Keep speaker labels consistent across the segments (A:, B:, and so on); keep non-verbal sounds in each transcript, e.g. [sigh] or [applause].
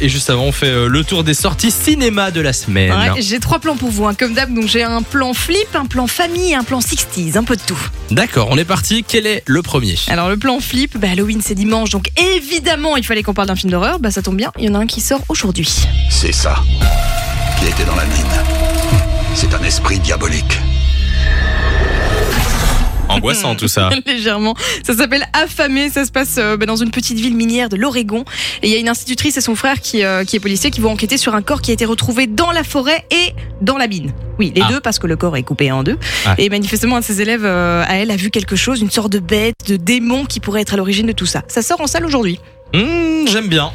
A: Et juste avant, on fait euh, le tour des sorties cinéma de la semaine.
B: Ouais, j'ai trois plans pour vous, hein, comme d'hab. Donc j'ai un plan flip, un plan famille, un plan 60s, un peu de tout.
A: D'accord, on est parti. Quel est le premier
B: Alors le plan flip, bah, Halloween c'est dimanche, donc évidemment il fallait qu'on parle d'un film d'horreur. Bah ça tombe bien, il y en a un qui sort aujourd'hui.
C: C'est ça qui était dans la mine. C'est un esprit diabolique.
A: Angoissant tout
B: [laughs]
A: ça.
B: Légèrement. Ça s'appelle Affamé. Ça se passe euh, bah, dans une petite ville minière de l'Oregon. Et il y a une institutrice et son frère qui, euh, qui est policier qui vont enquêter sur un corps qui a été retrouvé dans la forêt et dans la mine. Oui, les
A: Ah.
B: deux parce que le corps est coupé en deux.
A: Ah.
B: Et manifestement, un de ses élèves, euh, à elle, a vu quelque chose, une sorte de bête, de démon qui pourrait être à l'origine de tout ça. Ça sort en salle aujourd'hui.
A: Hmm, J'aime bien.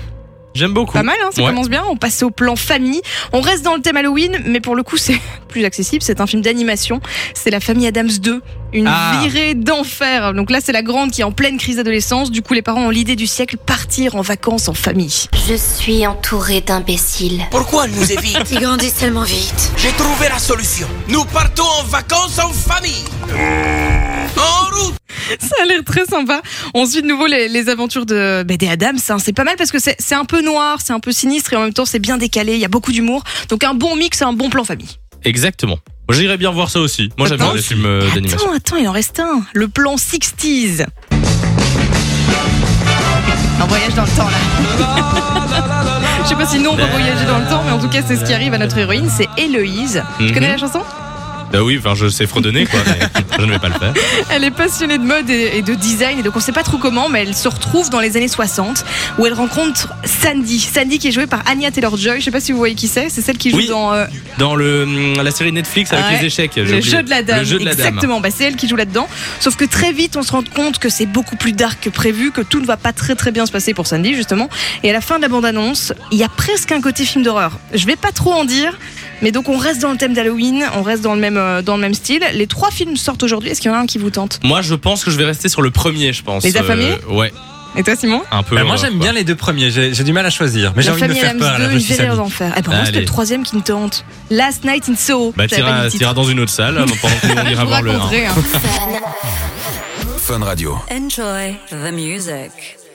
A: J'aime beaucoup.
B: Pas mal, hein, ça
A: Ouais.
B: commence bien. On passe au plan famille. On reste dans le thème Halloween, mais pour le coup, c'est [laughs] plus accessible. C'est un film d'animation. C'est La famille Adams 2, une
A: Ah.
B: virée d'enfer. Donc là, c'est la grande qui est en pleine crise d'adolescence. Du coup, les parents ont l'idée du siècle partir en vacances en famille. [laughs]
D: Je suis entourée d'imbéciles.
E: Pourquoi elle
D: [laughs]
E: nous évite
D: Ils grandissent tellement vite.
E: J'ai trouvé la solution. Nous partons en vacances en famille. En route.
B: Ça a l'air très sympa. On suit de nouveau les, les aventures de, ben, des Adams. hein. C'est pas mal parce que c'est c'est un peu noir, c'est un peu sinistre et en même temps, c'est bien décalé. Il y a beaucoup d'humour. Donc un bon mix, un bon plan famille.
A: Exactement. Moi, J'irais bien voir ça aussi. Moi, j'aime bien
B: Attends.
A: les films
B: Ah,
A: euh, d'animation.
B: Attends, attends, il en reste un. Le plan 60s. Un voyage dans le temps, là. Je sais pas si nous on va
A: Ben.
B: voyager dans le temps, mais en tout cas, c'est ce qui arrive à notre héroïne, c'est Héloïse. Tu
A: Mhm.
B: connais la chanson
A: Bah oui, enfin, je sais fredonner, quoi,
B: [laughs]
A: mais je ne vais pas le faire.
B: Elle est passionnée de mode et et de design, et donc on sait pas trop comment, mais elle se retrouve dans les années 60 où elle rencontre Sandy. Sandy qui est jouée par Anya Taylor Joy. Je sais pas si vous voyez qui c'est, c'est celle qui joue
A: Oui.
B: dans. euh,
A: Dans le, hum, la série Netflix avec
B: Ouais.
A: les échecs. j'ai
B: Le
A: oublié.
B: jeu de la dame.
A: Le jeu de la dame.
B: Exactement. Bah, c'est elle qui joue là-dedans. Sauf que très vite, on se rend compte que c'est beaucoup plus dark que prévu, que tout ne va pas très très bien se passer pour Sandy justement. Et à la fin de la bande-annonce, il y a presque un côté film d'horreur. Je vais pas trop en dire, mais donc on reste dans le thème d'Halloween, on reste dans le même euh, dans le même style. Les trois films sortent aujourd'hui. Est-ce qu'il y en a un qui vous tente
A: Moi, je pense que je vais rester sur le premier, je pense.
B: Les affamés
A: Euh, Ouais,
B: Et toi, Simon
A: un peu.
F: Bah, moi
A: horreur,
F: j'aime
A: quoi.
F: bien les deux premiers, j'ai j'ai du mal à choisir, mais j'ai
B: La
F: envie de me
B: famille
F: faire
B: Adams
F: peur à la
B: 2,
F: je
B: une
F: suis
B: verrée
F: Samy.
B: d'enfer. Eh ben, moi, c'est le
A: Allez.
B: troisième qui me tente. Last Night in Soho.
A: Bah,
B: J'avais pas
A: t'iras
B: dit le
A: t'iras dans une autre salle euh, pendant
B: [laughs]
A: qu'on
B: titre.
A: ira
B: Je vous
A: voir le un.
B: raconterai, hein.
C: Fun Radio.
G: Enjoy the music.